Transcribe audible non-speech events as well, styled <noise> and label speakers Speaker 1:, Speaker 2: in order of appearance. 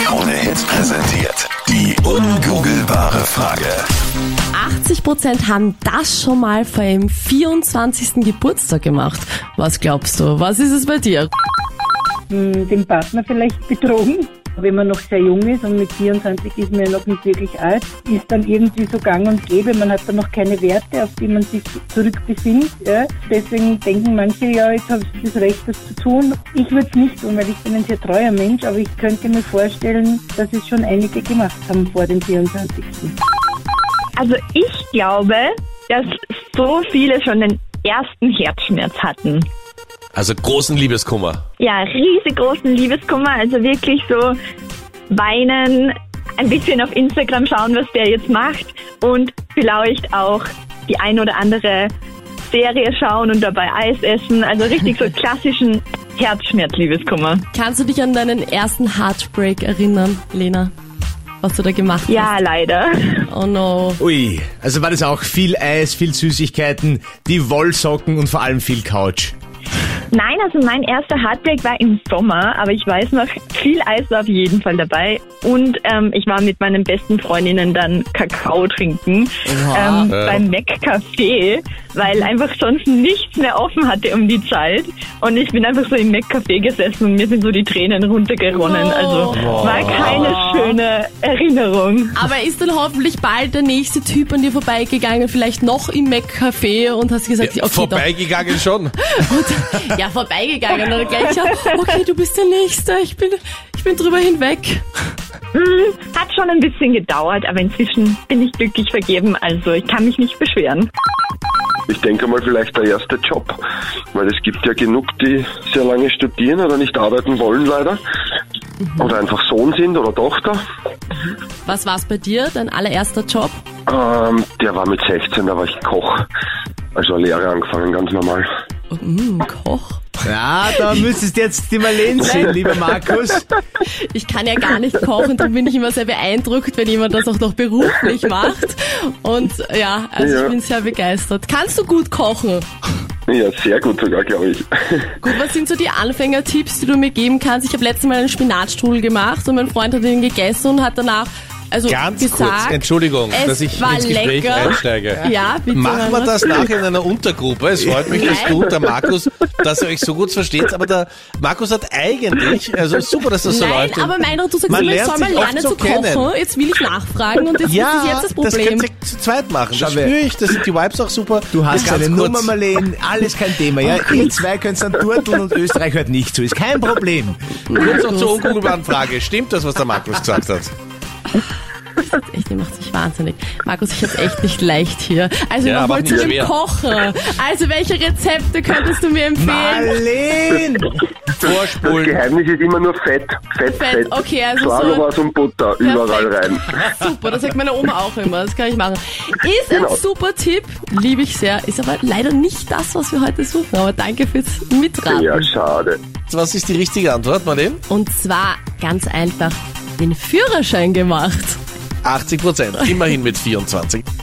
Speaker 1: Krone Hits präsentiert. Die ungoogelbare Frage.
Speaker 2: 80% haben das schon mal vor ihrem 24. Geburtstag gemacht. Was glaubst du? Was ist es bei dir?
Speaker 3: Hm, den Partner vielleicht betrogen. Wenn man noch sehr jung ist und mit 24 ist man ja noch nicht wirklich alt, ist dann irgendwie so gang und gäbe. Man hat dann noch keine Werte, auf die man sich zurückbesinnt. Ja. Deswegen denken manche, ja, jetzt habe ich das Recht, das zu tun. Ich würde es nicht tun, weil ich bin ein sehr treuer Mensch, aber ich könnte mir vorstellen, dass es schon einige gemacht haben vor dem 24.
Speaker 4: Also ich glaube, dass so viele schon den ersten Herzschmerz hatten.
Speaker 5: Also großen Liebeskummer.
Speaker 4: Ja, riesengroßen Liebeskummer, also wirklich so weinen, ein bisschen auf Instagram schauen, was der jetzt macht und vielleicht auch die ein oder andere Serie schauen und dabei Eis essen. Also richtig so klassischen Herzschmerz-Liebeskummer.
Speaker 2: Kannst du dich an deinen ersten Heartbreak erinnern, Lena? Was du da gemacht
Speaker 4: Ja, leider.
Speaker 2: hast? Oh no.
Speaker 6: Ui, also war das auch viel Eis, viel Süßigkeiten, die Wollsocken und vor allem viel Couch.
Speaker 4: Nein, also mein erster Heartbreak war im Sommer, aber ich weiß noch, viel Eis war auf jeden Fall dabei. Und ähm, ich war mit meinen besten Freundinnen dann Kakao trinken ähm, beim Mac Café, weil einfach sonst nichts mehr offen hatte um die Zeit. Und ich bin einfach so im Mac Café gesessen und mir sind so die Tränen runtergeronnen. Also war keine schöne Erinnerung.
Speaker 2: Aber ist dann hoffentlich bald der nächste Typ an dir vorbeigegangen, vielleicht noch im Mac-Café und hast gesagt,
Speaker 5: Ja,
Speaker 2: okay, <laughs>
Speaker 5: vorbeigegangen schon.
Speaker 2: Doch, ja, vorbeigegangen oder gleich, ja, okay, du bist der Nächste, ich bin, ich bin drüber hinweg.
Speaker 4: Hm, Hat schon ein bisschen gedauert, aber inzwischen bin ich glücklich vergeben. Also ich kann mich nicht beschweren.
Speaker 7: Ich denke mal vielleicht der erste Job, weil es gibt ja genug, die sehr lange studieren oder nicht arbeiten wollen leider.
Speaker 2: Mhm.
Speaker 7: Oder einfach Sohn sind oder Tochter.
Speaker 2: Was war's bei dir, dein allererster Job?
Speaker 7: Ähm, der war mit 16, da war ich Koch. Also Lehre angefangen, ganz normal.
Speaker 2: Oh, mm, Koch.
Speaker 6: Ja, da müsstest jetzt die Marlene sein, lieber Markus.
Speaker 2: Ich kann ja gar nicht kochen, dann bin ich immer sehr beeindruckt, wenn jemand das auch noch beruflich macht. Und ja, also
Speaker 7: Ja.
Speaker 2: ich bin sehr begeistert. Kannst du gut kochen?
Speaker 7: Ja, sehr gut sogar,
Speaker 2: <laughs>
Speaker 7: glaube ich.
Speaker 2: Gut, was sind so die Anfängertipps, die du mir geben kannst? Ich habe letztes Mal einen Spinatstrudel gemacht und mein Freund hat ihn gegessen und hat danach also
Speaker 6: Ganz kurz,
Speaker 2: gesagt,
Speaker 5: Entschuldigung,
Speaker 2: Es
Speaker 5: dass ich
Speaker 2: war
Speaker 5: ins Gespräch
Speaker 2: lecker.
Speaker 5: einsteige.
Speaker 2: ja, bitte
Speaker 5: Machen wir
Speaker 2: Mama.
Speaker 5: das nach in einer Untergruppe. Es freut mich, dass
Speaker 2: Nein.
Speaker 5: du und der Markus, dass ihr euch so gut versteht. Aber der Markus hat eigentlich, also super, dass das so
Speaker 2: Nein,
Speaker 5: läuft.
Speaker 2: aber Meinrad, du sagst
Speaker 5: Man
Speaker 2: immer, ich
Speaker 5: lernt
Speaker 2: soll mal
Speaker 5: sich oft
Speaker 2: lernen
Speaker 5: so
Speaker 2: zu
Speaker 5: kennen.
Speaker 2: kochen. Jetzt will ich nachfragen und jetzt
Speaker 5: ja,
Speaker 2: ist jetzt das
Speaker 5: das
Speaker 2: Problem.
Speaker 5: könnt ihr zu zweit machen. Das
Speaker 6: Schau, wir-
Speaker 5: spüre ich, das sind die Vibes auch super.
Speaker 6: Du hast
Speaker 5: Ganz
Speaker 6: deine
Speaker 5: kurz.
Speaker 6: Nummer, Marlene, alles kein Thema. Ja, ihr zwei könnt dann turteln und Österreich hört nicht zu, ist kein Problem.
Speaker 5: Kurz noch zur ungoogelbaren Frage. Stimmt das, was der Markus gesagt hat?
Speaker 2: Echt, ihr macht sich wahnsinnig. Markus, ich hab's echt nicht leicht hier. Also
Speaker 5: Ja,
Speaker 2: nochmal
Speaker 5: macht
Speaker 2: zu
Speaker 5: nicht
Speaker 2: dem
Speaker 5: schwer.
Speaker 2: Kochen. Also welche Rezepte könntest du mir empfehlen?
Speaker 6: Marlene!
Speaker 7: Das
Speaker 5: Vorspulen.
Speaker 7: Geheimnis ist immer nur Fett, Fett,
Speaker 2: Fett,
Speaker 7: Fett.
Speaker 2: okay, also so-
Speaker 7: Schlagerwas und Butter, überall rein.
Speaker 2: Ah, Super, das sagt meine Oma auch immer. Das kann ich machen. Ist
Speaker 7: Genau.
Speaker 2: ein super Tipp, liebe ich sehr. Ist aber leider nicht das, was wir heute suchen. Aber danke fürs Mitraten. <laughs>
Speaker 7: Ja, schade.
Speaker 5: Was ist die richtige Antwort, Marlene?
Speaker 2: Und zwar ganz einfach den Führerschein gemacht.
Speaker 5: 80 Prozent. Immerhin mit 24.